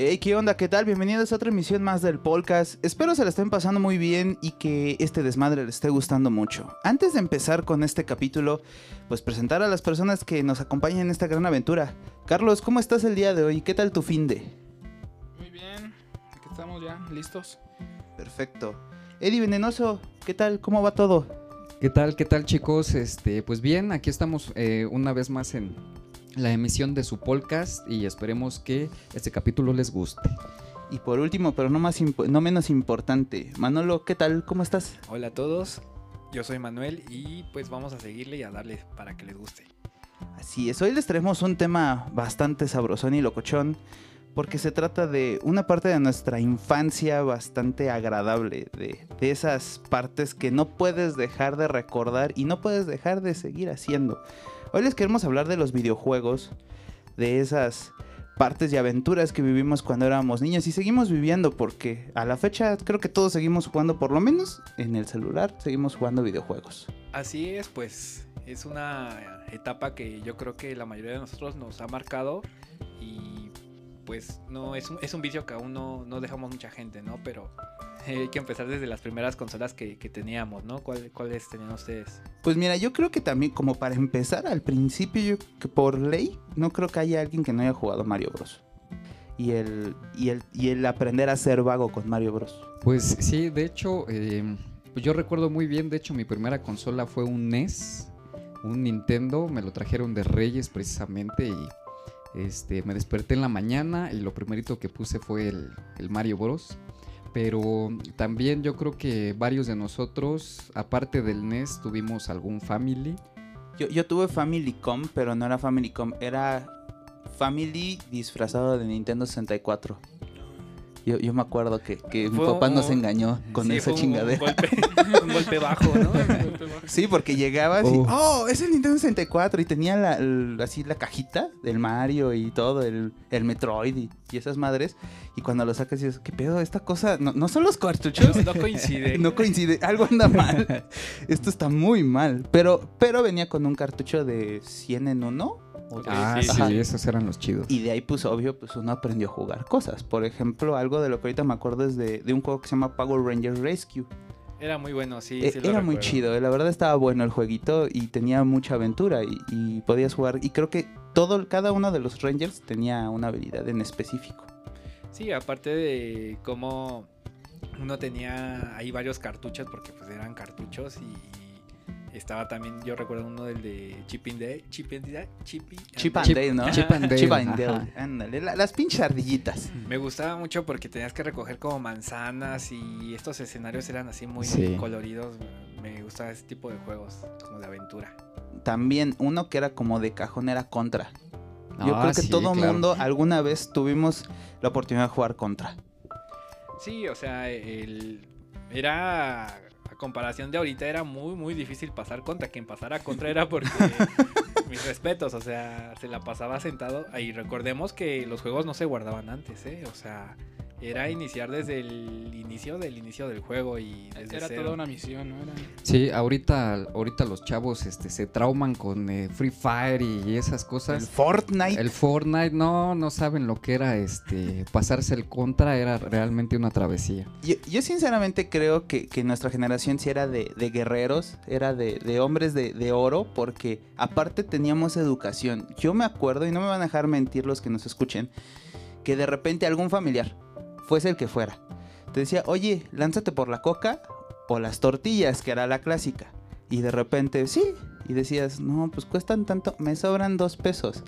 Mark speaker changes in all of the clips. Speaker 1: Hey, ¿qué onda? ¿Qué tal? Bienvenidos a otra emisión más del podcast. Espero se la estén pasando muy bien y que este desmadre les esté gustando mucho. Antes de empezar con este capítulo, pues presentar a las personas que nos acompañan en esta gran aventura. Carlos, ¿cómo estás el día de hoy? ¿Qué tal tu fin de?
Speaker 2: Muy bien, aquí estamos ya, listos.
Speaker 1: Perfecto. Eddie Venenoso, ¿qué tal? ¿Cómo va todo?
Speaker 3: ¿Qué tal, qué tal chicos? Este, pues bien, aquí estamos eh, una vez más en la emisión de su podcast y esperemos que este capítulo les guste.
Speaker 1: Y por último, pero no, más impo- no menos importante, Manolo, ¿qué tal? ¿Cómo estás?
Speaker 4: Hola a todos, yo soy Manuel y pues vamos a seguirle y a darle para que les guste.
Speaker 1: Así es, hoy les traemos un tema bastante sabrosón y locochón, porque se trata de una parte de nuestra infancia bastante agradable, de, de esas partes que no puedes dejar de recordar y no puedes dejar de seguir haciendo. Hoy les queremos hablar de los videojuegos, de esas partes y aventuras que vivimos cuando éramos niños y seguimos viviendo porque a la fecha creo que todos seguimos jugando, por lo menos en el celular, seguimos jugando videojuegos.
Speaker 4: Así es, pues es una etapa que yo creo que la mayoría de nosotros nos ha marcado y pues no es un, es un vicio que aún no, no dejamos mucha gente, ¿no? Pero eh, hay que empezar desde las primeras consolas que, que teníamos, ¿no? ¿Cuál- ¿Cuáles tenían ustedes?
Speaker 1: Pues mira, yo creo que también, como para empezar al principio, yo que por ley, no creo que haya alguien que no haya jugado Mario Bros. Y el, y el, y el aprender a ser vago con Mario Bros.
Speaker 3: Pues sí, de hecho, eh, pues yo recuerdo muy bien, de hecho mi primera consola fue un NES, un Nintendo, me lo trajeron de Reyes precisamente y este, me desperté en la mañana y lo primerito que puse fue el, el Mario Bros. Pero también yo creo que varios de nosotros, aparte del NES, tuvimos algún family.
Speaker 1: Yo, yo tuve Family Com, pero no era Family Com, era Family disfrazado de Nintendo 64. Yo, yo me acuerdo que, que mi
Speaker 4: Fue
Speaker 1: papá nos
Speaker 4: un-
Speaker 1: engañó con
Speaker 4: Sí,
Speaker 1: esa
Speaker 4: fue un-
Speaker 1: chingadera.
Speaker 4: Un golpe, un golpe bajo, ¿no?
Speaker 1: Sí, porque llegabas y,
Speaker 3: Oh.
Speaker 1: oh, es el Nintendo 64 y tenía la, el- así la cajita del Mario y todo, el, el Metroid y, y esas madres. Y cuando lo sacas dices, ¿qué pedo? Esta cosa, no, no son los cartuchos.
Speaker 4: No coincide.
Speaker 1: No coincide, algo anda mal. Esto está muy mal. Pero, pero venía con un cartucho de 100 en 1.
Speaker 4: Ok,
Speaker 3: Ah,
Speaker 4: sí,
Speaker 3: sí,
Speaker 1: sí.
Speaker 3: esos eran los chidos.
Speaker 1: Y de ahí, pues obvio, pues uno aprendió a jugar cosas. Por ejemplo, algo de lo que ahorita me acuerdo es de, de un juego que se llama Power Rangers Rescue.
Speaker 4: Era muy bueno, sí.
Speaker 1: Eh,
Speaker 4: sí
Speaker 1: era
Speaker 4: lo
Speaker 1: muy
Speaker 4: recuerdo.
Speaker 1: chido, eh, la verdad estaba bueno el jueguito y tenía mucha aventura y, y podías jugar. Y creo que todo, cada uno de los Rangers tenía una habilidad en específico.
Speaker 4: Sí, aparte de cómo uno tenía ahí varios cartuchos, porque pues eran cartuchos y estaba también, yo recuerdo uno del de Chip and Dale, Chip and Dale, Chip and-
Speaker 1: Chip
Speaker 3: Chip-
Speaker 1: and Dale, ¿no?
Speaker 3: Chip and Dale,
Speaker 1: Chip and Dale,
Speaker 3: ajá.
Speaker 1: ándale, la- las pinches ardillitas.
Speaker 4: Me gustaba mucho porque tenías que recoger como manzanas y estos escenarios eran así muy
Speaker 3: Sí.
Speaker 4: coloridos. Me gustaba ese tipo de juegos, como de aventura.
Speaker 1: También uno que era como de cajón era Contra. Yo
Speaker 3: Ah,
Speaker 1: creo que
Speaker 3: sí,
Speaker 1: todo
Speaker 3: claro.
Speaker 1: mundo alguna vez tuvimos la oportunidad de jugar Contra.
Speaker 4: Sí, o sea, el era a comparación de ahorita era muy muy difícil pasar contra quien pasara contra era porque mis respetos, o sea, se la pasaba sentado y recordemos que los juegos no se guardaban antes, eh, o sea, era iniciar desde el inicio del inicio del juego y desde
Speaker 2: Era
Speaker 4: cero.
Speaker 2: toda una misión, ¿no? Era...
Speaker 3: Sí, ahorita, ahorita los chavos este, se trauman con eh, Free Fire y esas
Speaker 1: El
Speaker 3: cosas.
Speaker 1: Fortnite.
Speaker 3: El Fortnite, no, no saben lo que era este pasarse el contra, era realmente una travesía.
Speaker 1: Yo, yo sinceramente creo que, que nuestra generación sí era de, de guerreros, era de, de hombres de, de oro, porque aparte teníamos educación. Yo me acuerdo, y no me van a dejar mentir los que nos escuchen, que de repente algún familiar, fuese el que fuera, te decía, oye, lánzate por la coca o las tortillas, que era la clásica. Y de repente, sí, y decías, no, pues cuestan tanto, me sobran dos pesos.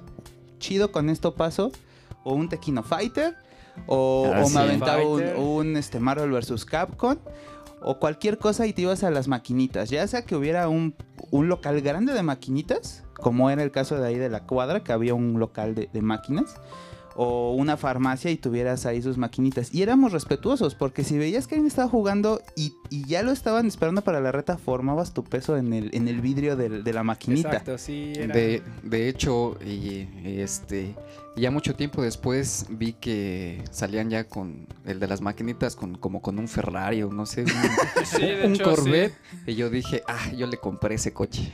Speaker 1: Chido con esto paso, o un Tequino Fighter, o,
Speaker 3: Ah,
Speaker 1: o
Speaker 3: sí.
Speaker 1: me aventaba un,
Speaker 4: Fighter.
Speaker 1: un, este, Marvel vs. Capcom, o cualquier cosa y te ibas a las maquinitas. Ya sea que hubiera un, un local grande de maquinitas, como era el caso de ahí de la cuadra, que había un local de- de máquinas o una farmacia y tuvieras ahí sus maquinitas. Y éramos respetuosos, porque si veías que alguien estaba jugando y, y ya lo estaban esperando para la reta, formabas tu peso en el, en el vidrio del- de la maquinita.
Speaker 4: Exacto, sí, era
Speaker 3: De, de hecho, y, y este, ya mucho tiempo después vi que salían ya con el de las maquinitas, con, como con un Ferrari o no sé, un,
Speaker 2: Sí, de
Speaker 3: un
Speaker 2: hecho,
Speaker 3: Corvette. Y yo dije, ah, yo le compré ese coche.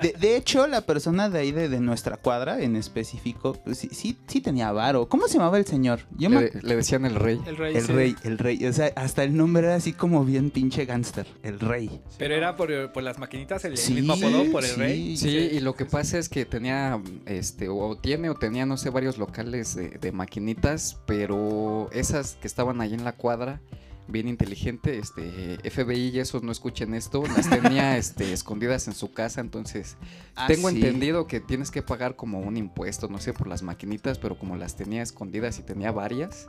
Speaker 1: De, de hecho, la persona de ahí de, de nuestra cuadra, en específico, pues, sí, sí, sí tenía Añavaro. ¿Cómo se llamaba el señor? Yo me-
Speaker 3: Le, le decían el rey.
Speaker 2: El rey.
Speaker 1: El
Speaker 2: sí.
Speaker 1: rey, el rey. O sea, hasta el nombre era así como bien pinche gángster. El rey.
Speaker 4: Pero era por, por las maquinitas, el, el
Speaker 1: Sí,
Speaker 4: mismo apodo por el
Speaker 1: sí.
Speaker 4: rey.
Speaker 3: Sí, y lo que pasa es que tenía, este, o tiene o tenía, no sé, varios locales de, de maquinitas, pero esas que estaban ahí en la cuadra, bien inteligente, este, FBI y esos no escuchen esto, las tenía, este, escondidas en su casa, entonces,
Speaker 1: Ah,
Speaker 3: tengo
Speaker 1: sí.
Speaker 3: entendido que tienes que pagar como un impuesto, no sé, por las maquinitas, pero como las tenía escondidas y tenía varias,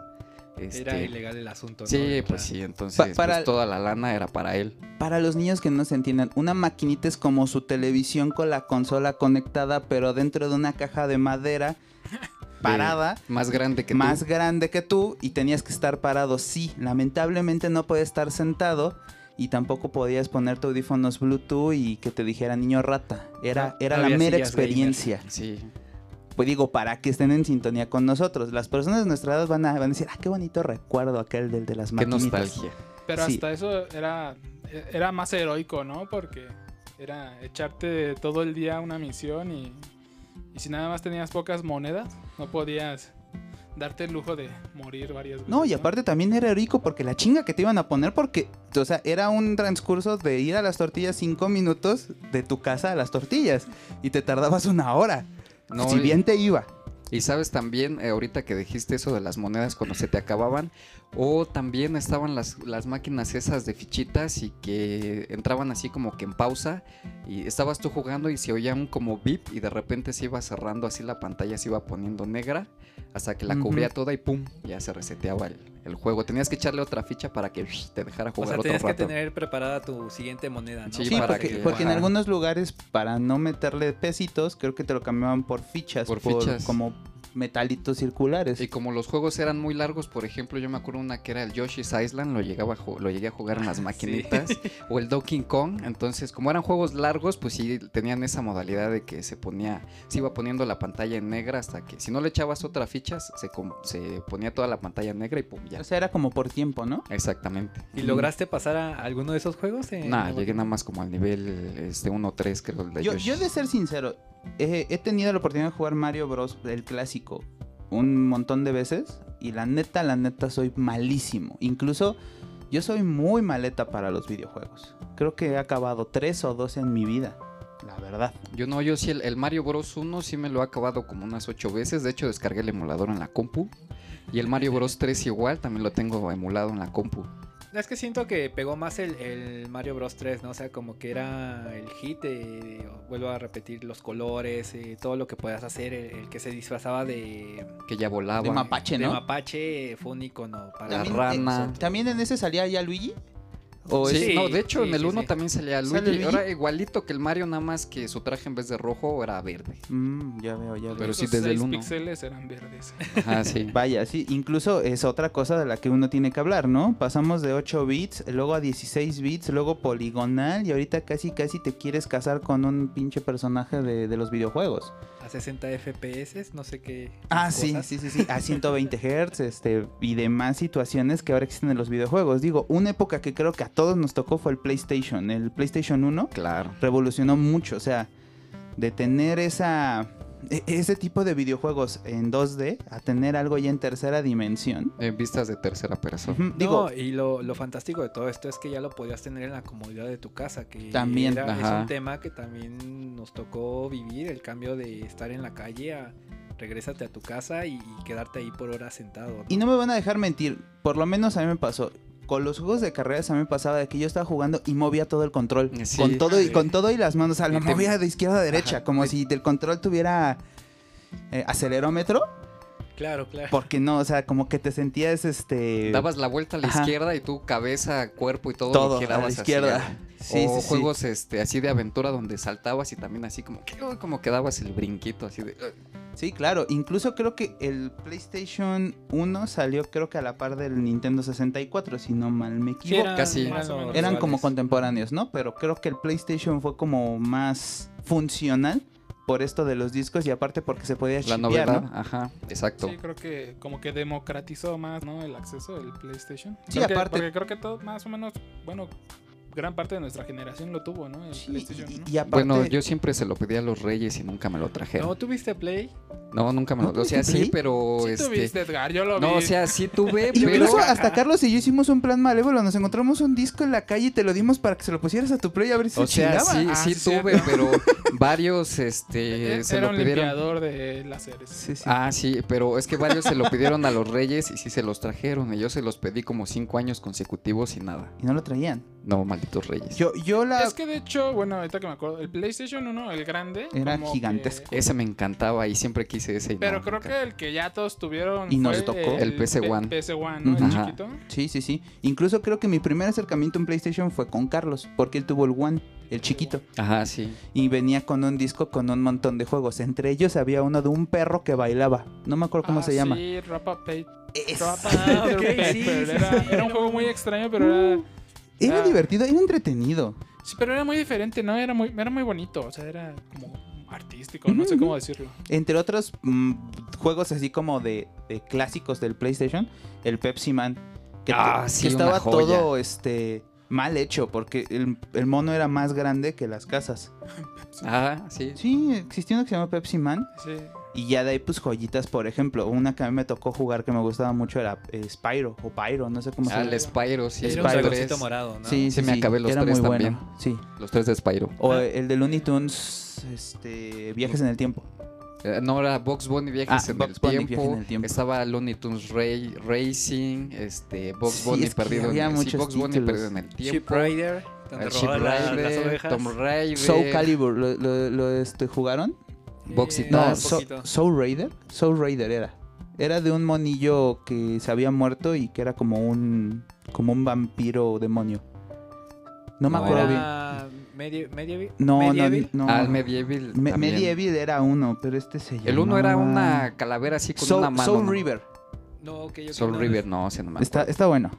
Speaker 4: Era
Speaker 3: este,
Speaker 4: ilegal el asunto. ¿no?
Speaker 3: Sí,
Speaker 4: Era-
Speaker 3: pues sí, entonces pues,
Speaker 1: para-
Speaker 3: toda la lana era para él.
Speaker 1: Para los niños que no se entiendan, una maquinita es como su televisión con la consola conectada, pero dentro de una caja de madera parada.
Speaker 3: Más grande que tú.
Speaker 1: más grande que tú y tenías que estar parado. Sí, lamentablemente no podías estar sentado y tampoco podías ponerte audífonos Bluetooth y que te dijera niño rata. Era,
Speaker 4: No,
Speaker 1: era
Speaker 4: no
Speaker 1: la
Speaker 4: había
Speaker 1: mera
Speaker 4: sillas gamer.
Speaker 1: experiencia.
Speaker 3: Sí.
Speaker 1: Pues digo, para que estén en sintonía con nosotros. Las personas de nuestra edad van a, van a decir, ah, qué bonito recuerdo aquel del de las
Speaker 3: Qué
Speaker 1: maquinitas.
Speaker 3: nostalgia.
Speaker 2: Pero
Speaker 1: Sí.
Speaker 2: hasta eso era, era más heroico, ¿no? Porque era echarte todo el día una misión y, y si nada más tenías pocas monedas, no podías darte el lujo de morir varias veces.
Speaker 1: No, y aparte también era heroico porque la chinga que te iban a poner, porque, o sea, era un transcurso de ir a las tortillas cinco minutos de tu casa a las tortillas y te tardabas una hora.
Speaker 3: No,
Speaker 1: si
Speaker 3: y-
Speaker 1: bien te iba.
Speaker 3: Y sabes también, eh, ahorita que dijiste eso de las monedas cuando se te acababan, o también estaban las, las máquinas esas de fichitas y que entraban así como que en pausa y estabas tú jugando y se oía un como beep y de repente se iba cerrando así la pantalla, se iba poniendo negra hasta que la cubría
Speaker 1: Ujú.
Speaker 3: toda y pum, ya se reseteaba el, el juego. Tenías que echarle otra ficha para que ush, te dejara
Speaker 4: O sea,
Speaker 3: jugar otro
Speaker 4: tenías que
Speaker 3: rato.
Speaker 4: tener preparada tu siguiente moneda, ¿no?
Speaker 3: Sí,
Speaker 1: Sí,
Speaker 3: para
Speaker 1: porque,
Speaker 3: que-
Speaker 1: porque en
Speaker 3: Ajá.
Speaker 1: algunos lugares, para no meterle pesitos, creo que te lo cambiaban por fichas, por,
Speaker 3: Por fichas.
Speaker 1: como metalitos circulares.
Speaker 3: Y como los juegos eran muy largos, por ejemplo, yo me acuerdo una que era el Yoshi's Island, lo, llegaba a ju- lo llegué a jugar en las maquinitas, o el Donkey Kong, entonces como eran juegos largos, pues sí tenían esa modalidad de que se ponía, se iba poniendo la pantalla en negra hasta que si no le echabas otra ficha, se, com- se ponía toda la pantalla en negra y pum, ya.
Speaker 1: O sea, era como por tiempo, ¿no?
Speaker 3: Exactamente.
Speaker 4: ¿Y
Speaker 1: Mm.
Speaker 4: lograste pasar a alguno de esos juegos? en-
Speaker 3: Nah, llegué nada más como al nivel este 1 3, creo, el de
Speaker 1: Yo,
Speaker 3: Yoshi.
Speaker 1: yo he de ser sincero, eh, he tenido la oportunidad de jugar Mario Bros. el clásico un montón de veces y la neta, la neta soy malísimo. Incluso yo soy muy maleta para los videojuegos. Creo que he acabado tres o dos en mi vida, la verdad.
Speaker 3: Yo no, yo sí, el, el Mario Bros 1 sí me lo he acabado como unas 8 veces. De hecho, descargué el emulador en la compu. Y el Mario Bros 3 igual, también lo tengo emulado en la compu.
Speaker 4: Es que siento que pegó más el, el Mario Bros 3, ¿no? O sea, como que era el hit, eh, vuelvo a repetir, los colores, eh, todo lo que podías hacer, el, el que se disfrazaba de,
Speaker 3: Que ya volaba.
Speaker 1: De mapache,
Speaker 4: de
Speaker 1: ¿no?
Speaker 4: mapache, eh, fue un icono para...
Speaker 3: La
Speaker 1: También, eh,
Speaker 3: rana.
Speaker 1: ¿También en ese salía ya Luigi? ¿O
Speaker 3: Sí,
Speaker 1: es-
Speaker 4: Sí,
Speaker 3: no, de hecho
Speaker 4: sí,
Speaker 3: en el
Speaker 4: sí,
Speaker 3: 1
Speaker 4: sí.
Speaker 3: también salía Luigi.
Speaker 1: ¿Sale Luigi?
Speaker 3: Era igualito que el Mario, nada más que su traje en vez de rojo era verde.
Speaker 1: Mm, ya veo, ya veo.
Speaker 3: Pero
Speaker 2: Esos
Speaker 3: sí desde el
Speaker 2: seis
Speaker 3: uno.
Speaker 2: píxeles eran verdes.
Speaker 3: Ajá, sí.
Speaker 1: Vaya, sí, incluso es otra cosa de la que uno tiene que hablar, ¿no? Pasamos de 8 bits, luego a 16 bits, luego poligonal y ahorita casi casi te quieres casar con un pinche personaje de, de los videojuegos.
Speaker 4: A 60 FPS, no sé qué.
Speaker 1: Ah, sí,
Speaker 4: cosas.
Speaker 1: sí, sí, sí, a 120 Hz este, y demás situaciones que ahora existen en los videojuegos. Digo, una época que creo que a todos nos tocó fue el PlayStation, el PlayStation 1.
Speaker 3: Claro.
Speaker 1: revolucionó mucho. O sea, de tener esa, e- ese tipo de videojuegos en 2D a tener algo ya en tercera dimensión.
Speaker 3: En vistas de tercera persona.
Speaker 1: Ujú, Digo,
Speaker 4: No, y lo, lo fantástico de todo esto es que ya lo podías tener en la comodidad de tu casa, que
Speaker 1: También,
Speaker 4: era- es
Speaker 3: ajá.
Speaker 4: un tema que también nos tocó vivir, el cambio de estar en la calle a regrésate a tu casa y, y quedarte ahí por horas sentado.
Speaker 1: y no me van a dejar mentir, por lo menos a mí me pasó. Con los juegos de carreras a mí me pasaba de que yo estaba jugando y movía todo el control.
Speaker 3: Sí.
Speaker 1: Con todo y con todo y las manos. O sea,
Speaker 3: Y
Speaker 1: lo
Speaker 3: te-
Speaker 1: movía de izquierda a derecha.
Speaker 3: Ajá.
Speaker 1: Como si del control tuviera eh, acelerómetro.
Speaker 4: Claro, claro.
Speaker 1: Porque no, o sea, como que te sentías este.
Speaker 3: Dabas la vuelta a la
Speaker 1: Ajá.
Speaker 3: izquierda y tu cabeza, cuerpo y todo, lo
Speaker 1: todo a
Speaker 3: girabas
Speaker 1: la
Speaker 3: hacia-
Speaker 1: izquierda. Sí,
Speaker 3: o
Speaker 1: sí, sí.
Speaker 3: juegos este así de aventura donde saltabas y también así como que uy, como que dabas el brinquito así de "Uy".
Speaker 1: Sí, claro. Incluso creo que el PlayStation 1 salió creo que a la par del Nintendo 64, si no mal me
Speaker 2: Sí,
Speaker 1: equivoco.
Speaker 3: casi.
Speaker 2: más o
Speaker 4: Eran
Speaker 2: menos
Speaker 1: Eran como
Speaker 4: iguales.
Speaker 1: contemporáneos, ¿no? Pero creo que el PlayStation fue como más funcional por esto de los discos y aparte porque se podía
Speaker 3: la
Speaker 1: chipear,
Speaker 3: novedad,
Speaker 1: ¿no?
Speaker 3: ajá, exacto.
Speaker 2: Sí, creo que como que democratizó más, ¿no? El acceso del PlayStation.
Speaker 1: Sí,
Speaker 2: Creo que-
Speaker 1: aparte-
Speaker 2: porque creo que todo, más o menos, bueno, gran parte de nuestra generación lo tuvo, ¿no? El
Speaker 1: Sí,
Speaker 2: PlayStation,
Speaker 1: y-
Speaker 2: ¿no?
Speaker 1: y, aparte
Speaker 3: Bueno, yo siempre se lo pedí a los reyes y nunca me lo trajeron.
Speaker 4: ¿No tuviste Play?
Speaker 3: No, nunca me
Speaker 1: ¿No
Speaker 3: lo. O sea,
Speaker 1: tuviste
Speaker 3: sí,
Speaker 1: Play?
Speaker 3: pero.
Speaker 2: Sí
Speaker 3: este,
Speaker 2: tuviste, Edgar, yo lo vi.
Speaker 3: no, o sea, sí tuve, pero.
Speaker 1: Incluso hasta Carlos y yo hicimos un plan malévolo. Nos encontramos un disco en la calle y te lo dimos para que se lo pusieras a tu play a ver si
Speaker 3: O
Speaker 1: se
Speaker 3: sea,
Speaker 1: chingaba.
Speaker 3: sí,
Speaker 2: Ah,
Speaker 3: sí,
Speaker 2: sí, cierto.
Speaker 3: tuve, pero varios este,
Speaker 2: E-
Speaker 3: se
Speaker 2: era
Speaker 3: lo
Speaker 2: un
Speaker 3: pidieron.
Speaker 2: limpiador de láseres.
Speaker 1: Sí, sí.
Speaker 3: Ah, sí, pero es que varios se lo pidieron a los reyes y sí se los trajeron. Y yo se los pedí como cinco años consecutivos y nada.
Speaker 1: Y no lo traían.
Speaker 3: No, malditos reyes.
Speaker 1: Yo, yo la.
Speaker 2: Es que de hecho, bueno, ahorita que me acuerdo, el PlayStation 1, el grande.
Speaker 1: Era
Speaker 2: como que-
Speaker 1: gigantesco.
Speaker 3: Ese me encantaba y siempre quise ese. y
Speaker 2: pero
Speaker 3: no,
Speaker 2: creo
Speaker 3: nunca.
Speaker 2: que el que ya todos tuvieron.
Speaker 1: Y nos
Speaker 2: fue
Speaker 1: tocó.
Speaker 3: El PS1.
Speaker 2: P- PS1, ¿no? El
Speaker 3: Ajá.
Speaker 2: chiquito.
Speaker 1: Sí, sí, sí. Incluso creo que mi primer acercamiento en PlayStation fue con Carlos, porque él tuvo el One, el chiquito,
Speaker 3: Ajá, sí.
Speaker 1: y venía con un disco con un montón de juegos. Entre ellos había uno de un perro que bailaba. No me acuerdo cómo
Speaker 2: Ah,
Speaker 1: se llama.
Speaker 2: Sí, Rapa Pay.
Speaker 1: Es-
Speaker 2: Rapa
Speaker 4: Ah, ok,
Speaker 2: Paper,
Speaker 4: sí, sí,
Speaker 2: era,
Speaker 4: sí.
Speaker 2: era un juego muy extraño, pero era.
Speaker 1: Era
Speaker 2: Ah.
Speaker 1: divertido, era entretenido.
Speaker 2: Sí, pero era muy diferente, ¿no? Era muy, era muy bonito. O sea, era como artístico, no sé cómo decirlo.
Speaker 1: Entre otros mm, juegos así como de, de clásicos del PlayStation, el Pepsi Man, que,
Speaker 3: Ah,
Speaker 1: que
Speaker 3: sí, una
Speaker 1: estaba
Speaker 3: joya.
Speaker 1: todo este mal hecho, porque el, el mono era más grande que las casas.
Speaker 3: Ajá, sí.
Speaker 1: Sí, existía uno que se llama Pepsi Man.
Speaker 2: Sí.
Speaker 1: Y ya de ahí, pues joyitas, por ejemplo. Una que a mí me tocó jugar que me gustaba mucho era eh, Spyro o Pyro, no sé cómo se
Speaker 3: Al
Speaker 1: llama.
Speaker 2: les-
Speaker 3: Spyro, sí.
Speaker 4: Era
Speaker 1: Spyro.
Speaker 4: un
Speaker 3: los
Speaker 4: dragoncito
Speaker 3: tres.
Speaker 4: morado, ¿no?
Speaker 1: Sí,
Speaker 3: Sí me acabé los
Speaker 1: era
Speaker 3: tres
Speaker 1: muy
Speaker 3: también.
Speaker 1: bueno, Sí.
Speaker 3: Los tres de Spyro.
Speaker 1: O
Speaker 4: Ah.
Speaker 1: el de Looney Tunes, este, Viajes en el Tiempo.
Speaker 3: Eh, No, era Box Bunny Viajes
Speaker 1: Ah,
Speaker 3: en,
Speaker 1: Bugs
Speaker 3: el
Speaker 1: Bunny,
Speaker 3: tiempo,
Speaker 1: Viajes en el Tiempo.
Speaker 3: Estaba Looney Tunes Ray- Racing, este, Box
Speaker 1: Sí,
Speaker 3: Bunny
Speaker 1: es que
Speaker 3: perdido, en,
Speaker 1: había
Speaker 3: el- sí,
Speaker 1: muchos
Speaker 3: Bugs Bunny
Speaker 1: títulos.
Speaker 3: perdido en el
Speaker 4: Chip
Speaker 3: tiempo.
Speaker 4: Rider, donde
Speaker 3: el Chip
Speaker 4: robaban la- las
Speaker 3: Rider,
Speaker 4: ovejas.
Speaker 3: Tom Raider,
Speaker 1: Soul Calibur, ¿lo, lo- lo, este, jugaron?
Speaker 3: Boxy
Speaker 4: Eh,
Speaker 1: No,
Speaker 3: Ah,
Speaker 4: un
Speaker 1: So-
Speaker 4: poquito.
Speaker 1: Soul Raider. Soul Raider era. Era de un monillo que se había muerto y que era como un, como un vampiro demonio. No me
Speaker 3: No,
Speaker 1: acuerdo
Speaker 3: era-
Speaker 1: bien.
Speaker 4: Era medi- medievi-
Speaker 1: No, no,
Speaker 4: medieval.
Speaker 1: no.
Speaker 3: Ah, el Medieval.
Speaker 1: Me-
Speaker 3: también.
Speaker 1: Medieval era uno, pero este se
Speaker 3: El uno era
Speaker 1: llamaba-
Speaker 3: una calavera así con
Speaker 1: Soul,
Speaker 3: una mano.
Speaker 1: Soul
Speaker 3: ¿no?
Speaker 1: River. Este
Speaker 4: No, ok, ok,
Speaker 3: Soul
Speaker 4: no.
Speaker 3: River, no, se no me
Speaker 1: Está,
Speaker 3: acuerdo.
Speaker 1: está bueno.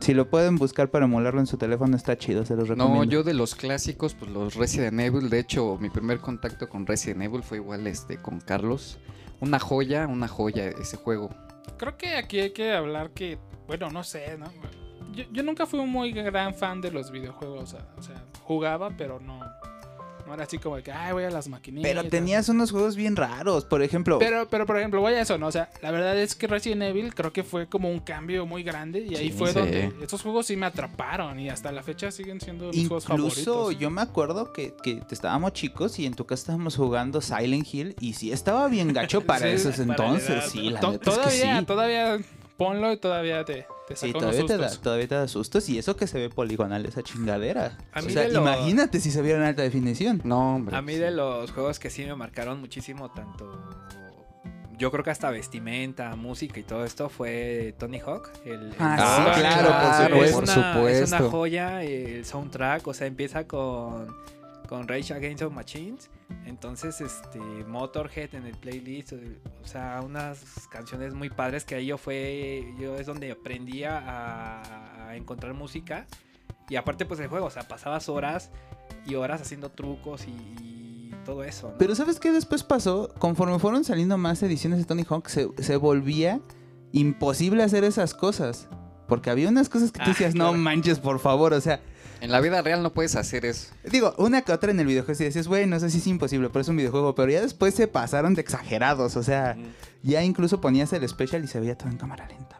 Speaker 1: Si lo pueden buscar para emularlo en su teléfono, está chido, se los recomiendo.
Speaker 3: No, yo de los clásicos, pues los Resident Evil. De hecho, mi primer contacto con Resident Evil fue igual este con Carlos. Una joya, una joya ese juego.
Speaker 2: Creo que aquí hay que hablar que, bueno, no sé, ¿no? Yo, yo nunca fui un muy gran fan de los videojuegos, o sea, o sea, jugaba, pero no, no era así como de que, ay, voy a las maquinitas.
Speaker 1: Pero tenías unos juegos bien raros, por ejemplo.
Speaker 2: Pero, pero, por ejemplo, voy a eso, ¿no? O sea, la verdad es que Resident Evil creo que fue como un cambio muy grande y ahí
Speaker 3: Sí,
Speaker 2: fue
Speaker 3: sí.
Speaker 2: donde estos juegos sí me atraparon y hasta la fecha siguen siendo mis juegos
Speaker 1: Incluso
Speaker 2: favoritos.
Speaker 1: yo me acuerdo que, que te estábamos chicos y en tu casa estábamos jugando Silent Hill y sí estaba bien gacho para
Speaker 2: Sí,
Speaker 1: esos
Speaker 4: para la
Speaker 1: entonces,
Speaker 4: edad.
Speaker 1: sí, la
Speaker 2: To-
Speaker 1: neta es que sí.
Speaker 2: todavía, todavía, ponlo y todavía te, te
Speaker 1: Sí,
Speaker 2: saca unos
Speaker 1: todavía te, da,
Speaker 2: sustos.
Speaker 1: todavía te da sustos y eso que se ve poligonal esa chingadera.
Speaker 4: A
Speaker 1: o
Speaker 4: mí
Speaker 1: sea,
Speaker 4: de lo-
Speaker 1: imagínate si se viera en alta definición.
Speaker 3: No, hombre.
Speaker 4: A mí
Speaker 1: pues,
Speaker 3: sí.
Speaker 4: de los juegos que sí me marcaron muchísimo, tanto yo creo que hasta vestimenta, música y todo esto fue Tony Hawk. El, el-
Speaker 1: Ah, sí, claro, por
Speaker 4: es
Speaker 1: supuesto.
Speaker 4: una-
Speaker 3: Por
Speaker 4: Es una
Speaker 3: supuesto.
Speaker 4: joya el soundtrack, o sea, empieza con, con Rage Against the Machines. Entonces, este, Motorhead en el playlist, eh, o sea, unas canciones muy padres que ahí yo fue, yo es donde aprendí a, a encontrar música. Y aparte, pues el juego, o sea, pasabas horas y horas haciendo trucos y, y todo eso. ¿no?
Speaker 1: Pero ¿sabes qué después pasó? Conforme fueron saliendo más ediciones de Tony Hawk, se, se volvía imposible hacer esas cosas. Porque había unas cosas que tú
Speaker 4: Ah,
Speaker 1: decías, no
Speaker 4: claro.
Speaker 1: manches, por favor. O sea,
Speaker 3: En la vida real no puedes hacer eso.
Speaker 1: digo, una que otra en el videojuego. Si decías, güey, no sé si es imposible, pero es un videojuego. Pero ya después se pasaron de exagerados. O sea,
Speaker 4: Mm.
Speaker 1: ya incluso ponías el special y se veía todo en cámara lenta.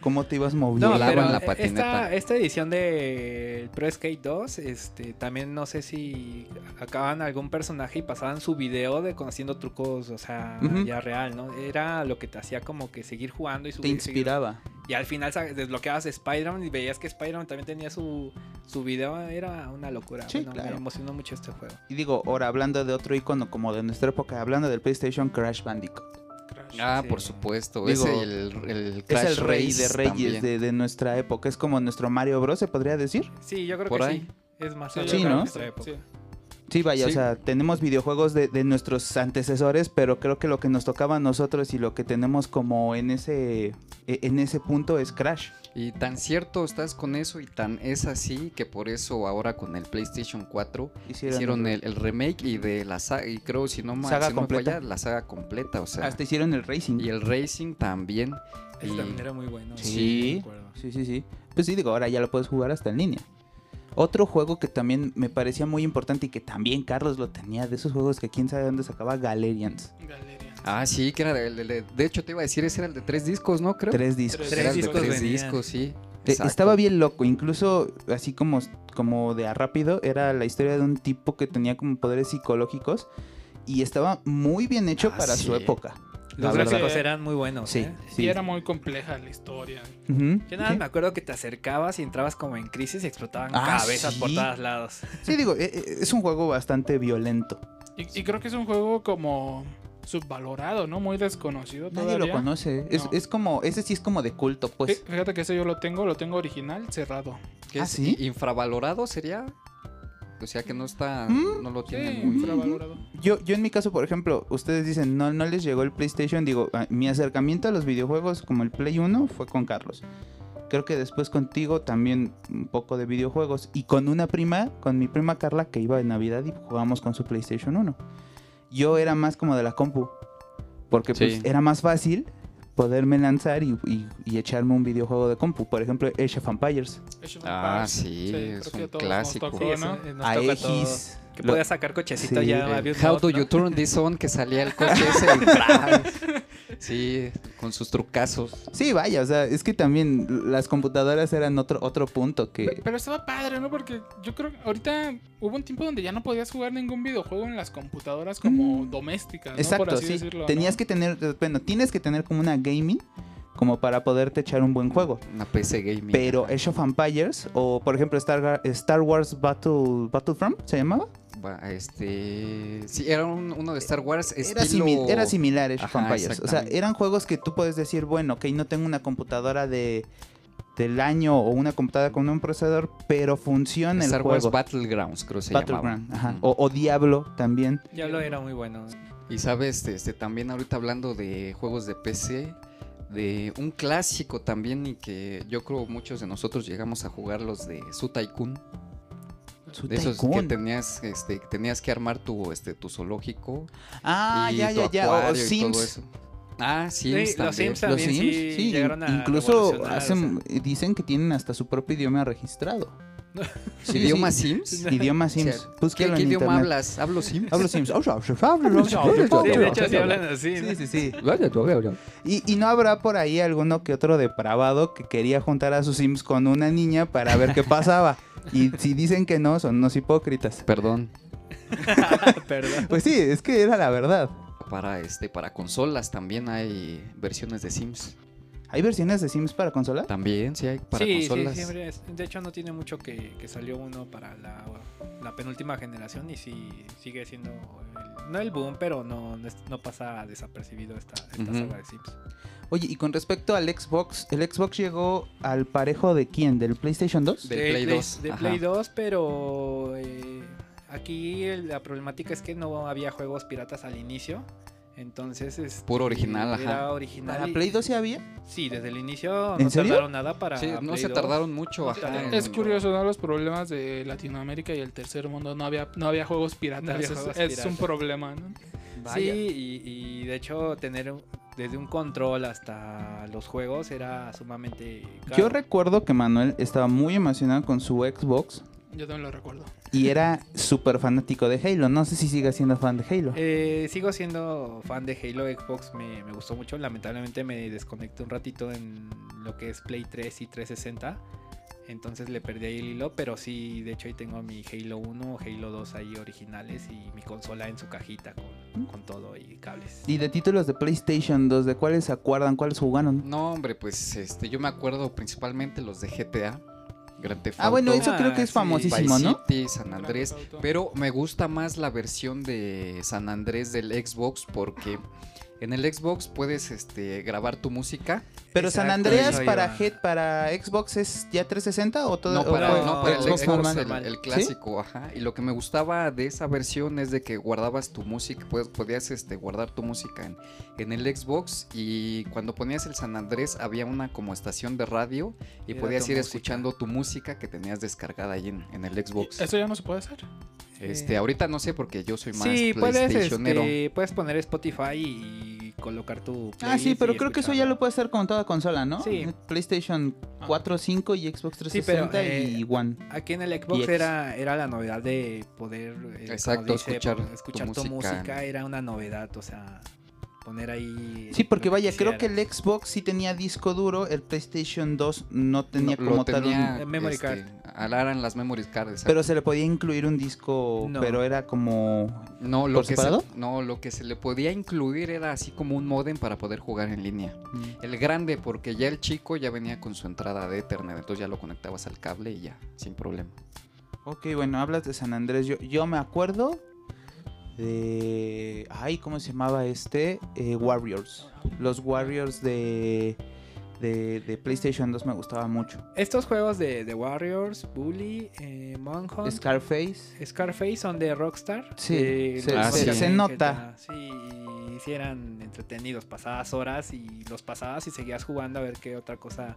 Speaker 1: Cómo te ibas moviendo.
Speaker 4: No,
Speaker 3: Volaban
Speaker 4: pero
Speaker 3: la
Speaker 4: e-
Speaker 3: patineta.
Speaker 4: Esta, esta edición de Pro Skate 2, este, también no sé si acaban algún personaje y pasaban su video de conociendo trucos, o sea,
Speaker 1: Ujú.
Speaker 4: ya real, ¿no? Era lo que te hacía como que seguir jugando y
Speaker 1: Te
Speaker 4: subir. seguir-
Speaker 1: inspiraba.
Speaker 4: Y al final sa- desbloqueabas Spider-Man y veías que Spider-Man también tenía su, su video, era una locura.
Speaker 1: Sí,
Speaker 4: Bueno,
Speaker 1: claro.
Speaker 4: Me emocionó mucho este juego.
Speaker 1: Y digo, ahora hablando de otro icono como de nuestra época, hablando del PlayStation Crash Bandicoot.
Speaker 2: Crash.
Speaker 3: Ah,
Speaker 4: Sí.
Speaker 3: por supuesto.
Speaker 1: Pues Digo,
Speaker 3: ese y el, el
Speaker 1: Es
Speaker 3: Crash
Speaker 1: el rey
Speaker 3: Race
Speaker 1: de reyes
Speaker 3: también.
Speaker 1: de, de nuestra época. Es como nuestro Mario Bros, se podría decir.
Speaker 4: Sí, yo creo
Speaker 3: Por
Speaker 4: que
Speaker 3: ahí.
Speaker 4: sí. Es más
Speaker 2: Sí, yo
Speaker 1: Sí,
Speaker 4: cercano
Speaker 2: creo
Speaker 4: a
Speaker 1: ¿no?
Speaker 2: que
Speaker 4: nuestra época.
Speaker 2: sí.
Speaker 1: Sí, vaya, o
Speaker 3: Sí.
Speaker 1: sea, tenemos videojuegos de, de nuestros antecesores, pero creo que lo que nos tocaba a nosotros y lo que tenemos como en ese, e- en ese punto es Crash.
Speaker 3: Y tan cierto estás con eso y tan es así que por eso ahora con el PlayStation 4 hicieron el, el remake y de la saga, y creo si no ma-
Speaker 1: Saga
Speaker 3: si no me
Speaker 1: completa.
Speaker 3: falla, la saga completa, o sea.
Speaker 1: Hasta hicieron el Racing.
Speaker 3: Y el Racing también.
Speaker 4: Ese
Speaker 3: Y-
Speaker 4: Este también era muy bueno.
Speaker 1: Sí.
Speaker 4: me acuerdo.
Speaker 1: Sí, sí, sí. Pues sí, digo, ahora ya lo puedes jugar hasta en línea. Otro juego que también me parecía muy importante y que también Carlos lo tenía, de esos juegos que quién sabe dónde sacaba, Galerians.
Speaker 2: Galeria.
Speaker 3: Ah, sí, que era el de, de- de hecho te iba a decir, ese era el de tres discos, ¿no? Creo.
Speaker 1: Tres discos.
Speaker 2: Tres
Speaker 3: Era el de
Speaker 4: discos
Speaker 3: tres
Speaker 4: venían.
Speaker 3: discos, sí.
Speaker 1: Eh,
Speaker 3: Exacto.
Speaker 1: Estaba bien loco, incluso así como, como de a rápido, era la historia de un tipo que tenía como poderes psicológicos y estaba muy bien hecho
Speaker 3: Ah,
Speaker 1: para
Speaker 3: sí.
Speaker 1: su época. La
Speaker 4: Los
Speaker 1: verdad.
Speaker 4: gráficos eran muy buenos.
Speaker 1: Sí,
Speaker 4: ¿eh?
Speaker 1: sí.
Speaker 2: Y era muy compleja la historia.
Speaker 1: Ujú.
Speaker 4: Yo nada más me acuerdo que te acercabas y entrabas como en crisis y explotaban
Speaker 1: Ah,
Speaker 4: cabezas
Speaker 1: sí.
Speaker 4: por todos lados.
Speaker 1: Sí, digo, eh, eh, es un juego bastante violento.
Speaker 2: Y, y creo que es un juego como subvalorado, ¿no? Muy desconocido
Speaker 1: Nadie
Speaker 2: todavía.
Speaker 1: lo conoce. ¿eh? Es,
Speaker 2: No.
Speaker 1: es como, ese sí es como de culto,
Speaker 2: Fí-
Speaker 4: Eh,
Speaker 1: pues.
Speaker 2: Fíjate que ese yo lo tengo, lo tengo original, cerrado.
Speaker 3: Que
Speaker 1: Ah,
Speaker 3: es
Speaker 1: ¿sí?
Speaker 3: infravalorado sería. O sea que no está.
Speaker 1: Mm,
Speaker 3: No lo
Speaker 2: Sí,
Speaker 3: tiene muy.
Speaker 2: infravalorado.
Speaker 1: Yo, yo en mi caso, por ejemplo, ustedes dicen, no, no les llegó el PlayStation. Digo, a- mi acercamiento a los videojuegos como el Play 1 fue con Carlos. Creo que después contigo también un poco de videojuegos. Y con una prima, con mi prima Carla, que iba de Navidad y jugamos con su PlayStation 1. Yo era más como de la compu. Porque pues,
Speaker 3: Sí.
Speaker 1: era más fácil poderme lanzar y, y- y echarme un videojuego de compu. Por ejemplo, Age of Empires.
Speaker 2: Age of
Speaker 3: Ah,
Speaker 2: Empires.
Speaker 3: sí,
Speaker 2: creo
Speaker 3: es
Speaker 2: que
Speaker 3: un
Speaker 2: a todos nos
Speaker 3: clásico.
Speaker 2: tocó,
Speaker 4: Sí, eso,
Speaker 2: ¿no?
Speaker 4: eh, nos toca a todos.
Speaker 1: Aegis.
Speaker 4: Que
Speaker 1: Lo-
Speaker 4: podías sacar cochecito
Speaker 1: Sí,
Speaker 4: ya.
Speaker 1: eh,
Speaker 4: había un
Speaker 3: How
Speaker 4: mod,
Speaker 3: do
Speaker 4: ¿no?
Speaker 3: you turn this on? Que salía el coche ese. y ¡pram! sí, con sus trucazos.
Speaker 1: Sí, vaya, o sea, es que también las computadoras eran otro, otro punto que...
Speaker 2: Pero estaba padre, ¿no? Porque yo creo que ahorita hubo un tiempo donde ya no podías jugar ningún videojuego en las computadoras como
Speaker 1: Mm.
Speaker 2: domésticas, ¿no? Por
Speaker 1: Exacto,
Speaker 2: así
Speaker 1: sí.
Speaker 2: decirlo. ¿no?
Speaker 1: Tenías que tener, bueno, tienes que tener como una gaming como para poderte echar un buen juego.
Speaker 3: Una PC gaming.
Speaker 1: Pero Age of Empires o por ejemplo Star, Star Wars Battle Battlefront se llamaba.
Speaker 3: Va, Este. Sí, era un- uno de Star Wars.
Speaker 1: Era,
Speaker 3: estilo-
Speaker 1: simi- era similar Age of
Speaker 3: Ajá,
Speaker 1: Empires. O sea,
Speaker 3: exactamente.
Speaker 1: eran juegos que tú puedes decir, bueno, ok, no tengo una computadora de del año o una computadora con un procesador, pero funciona
Speaker 3: Star
Speaker 1: el
Speaker 3: Wars
Speaker 1: juego.
Speaker 3: Battlegrounds, creo se
Speaker 1: Battleground,
Speaker 3: llamaba.
Speaker 1: ajá.
Speaker 3: Ujú.
Speaker 1: O, o Diablo también.
Speaker 4: Ya lo era muy bueno.
Speaker 3: Y sabes, este, este, también ahorita hablando de juegos de PC, de un clásico también y que yo creo muchos de nosotros llegamos a jugar los de Su Tycoon.
Speaker 1: Su
Speaker 3: De esos que
Speaker 1: Tycoon.
Speaker 3: tenías, este, que tenías que armar tu, este, tu zoológico.
Speaker 1: Ah,
Speaker 3: y
Speaker 1: ya,
Speaker 3: tu
Speaker 1: ya, ya. O- O,
Speaker 3: acuario y todo
Speaker 1: Sims.
Speaker 3: eso. Ah, Sims
Speaker 4: Sí,
Speaker 3: también.
Speaker 4: los Sims
Speaker 1: Los
Speaker 4: también
Speaker 1: Sims,
Speaker 4: sí,
Speaker 1: sí.
Speaker 4: llegaron a
Speaker 1: incluso
Speaker 4: revolucionar,
Speaker 1: hacen, dicen que tienen hasta su propio idioma registrado. Sí,
Speaker 3: ¿Idioma
Speaker 1: sí.
Speaker 3: Sims?
Speaker 1: Idioma
Speaker 3: O sea,
Speaker 1: Sims.
Speaker 3: ¿Qué,
Speaker 1: Búsquelo
Speaker 3: qué
Speaker 1: en
Speaker 3: idioma
Speaker 1: internet.
Speaker 3: hablas? ¿Hablo Sims?
Speaker 1: Hablo Sims.
Speaker 4: Sí, de hecho,
Speaker 1: Sí,
Speaker 4: sí hablan así. ¿no?
Speaker 1: sí, sí. Y, y no habrá por ahí alguno que otro depravado que quería juntar a sus Sims con una niña para ver qué pasaba. Y si dicen que no, son unos hipócritas.
Speaker 3: Perdón.
Speaker 4: Perdón.
Speaker 1: Pues sí, es que era la verdad.
Speaker 3: Para, este, para consolas también hay versiones de Sims.
Speaker 1: ¿Hay versiones de Sims para consola?
Speaker 3: También, sí hay para
Speaker 4: sí, sí,
Speaker 3: consolas.
Speaker 4: siempre es. De hecho, no tiene mucho que, que salió uno para la, la penúltima generación y sí sigue siendo. el- no el boom, pero no, no, es- no pasa desapercibido esta, esta
Speaker 3: Ujú.
Speaker 4: saga de Sims.
Speaker 1: Oye, y con respecto al Xbox, ¿el Xbox llegó al parejo de quién? ¿Del PlayStation 2?
Speaker 3: Del
Speaker 4: De
Speaker 3: Play 2,
Speaker 4: De
Speaker 3: ajá.
Speaker 4: Play 2, pero eh, aquí el- la problemática es que no había juegos piratas al inicio. Entonces es.
Speaker 3: Puro original, ajá.
Speaker 4: Era original.
Speaker 1: ¿Para
Speaker 4: y-
Speaker 1: Play 2 sí había?
Speaker 4: Sí, desde el inicio
Speaker 1: ¿En
Speaker 4: no
Speaker 1: serio?
Speaker 4: tardaron nada para.
Speaker 3: Sí, no
Speaker 4: Play
Speaker 3: se
Speaker 4: 2.
Speaker 3: tardaron mucho. ajá,
Speaker 4: tardaron.
Speaker 2: Es
Speaker 3: en-
Speaker 2: curioso, ¿no? Los problemas de Latinoamérica y el tercer mundo. No había, no había juegos piratas.
Speaker 4: No había
Speaker 2: es,
Speaker 4: juegos
Speaker 2: es un
Speaker 4: piratas.
Speaker 2: problema, ¿no?
Speaker 4: Sí, y, y de hecho tener un- desde un control hasta los juegos era sumamente caro.
Speaker 1: Yo recuerdo que Manuel estaba muy emocionado con su Xbox
Speaker 2: Yo también lo recuerdo.
Speaker 1: y era súper fanático de Halo. No sé si sigue siendo fan de Halo.
Speaker 4: Eh, sigo siendo fan de Halo Xbox, me, me gustó mucho. Lamentablemente me desconecté un ratito en lo que es Play 3 y 360. Entonces le perdí ahí el hilo, pero sí, de hecho ahí tengo mi Halo 1, Halo 2 ahí originales y mi consola en su cajita con, con todo y cables.
Speaker 1: Y de títulos de PlayStation 2, ¿de cuáles se acuerdan? ¿Cuáles jugaron?
Speaker 3: No, hombre, pues este, yo me acuerdo principalmente los de GTA, Grand Theft
Speaker 1: Ah, bueno,
Speaker 3: Auto,
Speaker 1: eso creo que es
Speaker 3: Vice
Speaker 4: sí.
Speaker 1: famosísimo, ¿no?
Speaker 3: City, San Andrés.
Speaker 2: Grand Theft Auto.
Speaker 3: Pero me gusta más la versión de San Andrés del Xbox porque en el Xbox puedes este, grabar tu música.
Speaker 1: Pero San
Speaker 4: Exacto,
Speaker 1: Andreas
Speaker 4: eso iba.
Speaker 1: para Head, para Xbox es ya 360 o todo
Speaker 3: No,
Speaker 1: o
Speaker 3: para,
Speaker 1: fue
Speaker 3: no, para el
Speaker 1: Xbox
Speaker 3: Xbox,
Speaker 1: normal?
Speaker 3: el, el clásico, ajá. Y lo que me gustaba de esa versión es de que guardabas tu música, pues, podías este, guardar tu música en, en el Xbox y cuando ponías el San Andrés había una como estación de radio y
Speaker 4: Era
Speaker 3: podías
Speaker 4: tu
Speaker 3: ir
Speaker 4: música.
Speaker 3: escuchando tu música que tenías descargada ahí en, en el Xbox.
Speaker 2: Eso ya no se puede hacer.
Speaker 3: Este, ahorita no sé porque yo soy más
Speaker 4: Sí, puedes,
Speaker 3: PlayStationero.
Speaker 4: este, puedes poner Spotify y colocar tu...
Speaker 1: Ah, sí,
Speaker 4: playlist
Speaker 1: pero
Speaker 4: y
Speaker 1: creo que eso ya
Speaker 4: escucharlo.
Speaker 1: lo puede hacer con toda consola, ¿no?
Speaker 4: Sí. Ah.
Speaker 1: PlayStation 4, 5 y Xbox
Speaker 4: Sí, pero,
Speaker 1: 360
Speaker 4: eh,
Speaker 1: y One.
Speaker 4: Aquí en el Xbox
Speaker 1: X.
Speaker 4: era, era la novedad de poder eh, como
Speaker 3: Exacto, escuchar
Speaker 4: por-
Speaker 3: tu
Speaker 4: escuchar tu
Speaker 3: música.
Speaker 4: música. Era una novedad, o sea, poner ahí.
Speaker 1: Sí, porque
Speaker 4: lo
Speaker 1: vaya, creo
Speaker 4: quisieras.
Speaker 1: que el Xbox sí tenía disco duro, el PlayStation 2 no tenía
Speaker 3: No, lo
Speaker 1: como tal
Speaker 3: tenía,
Speaker 1: un...
Speaker 4: un- Memory
Speaker 3: este, ala- eran las memory cards. exacto.
Speaker 1: Pero se le podía incluir un disco,
Speaker 4: No.
Speaker 1: pero era como...
Speaker 3: no, lo
Speaker 1: ¿por
Speaker 3: que
Speaker 1: separado?
Speaker 3: Se, no, lo que se le podía incluir era así como un modem para poder jugar en línea.
Speaker 1: mm,
Speaker 3: El grande, porque ya el chico ya venía con su entrada de Ethernet, entonces ya lo conectabas al cable y ya, sin problema.
Speaker 1: Ok, bueno, hablas de San Andrés. Yo, yo me acuerdo de... Ay, ¿cómo se llamaba este? Eh, Warriors. Los Warriors de, de, de PlayStation 2 me gustaba mucho.
Speaker 4: Estos juegos de The Warriors, Bully, eh, Manhunt,
Speaker 1: Scarface.
Speaker 4: Scarface son de Rockstar.
Speaker 1: Sí,
Speaker 4: de
Speaker 1: se-
Speaker 4: los
Speaker 3: se-
Speaker 4: Rockstar
Speaker 3: se
Speaker 4: Games,
Speaker 1: nota.
Speaker 4: etcétera. Sí, y sí eran entretenidos. Pasabas horas y los pasabas y seguías jugando a ver qué otra cosa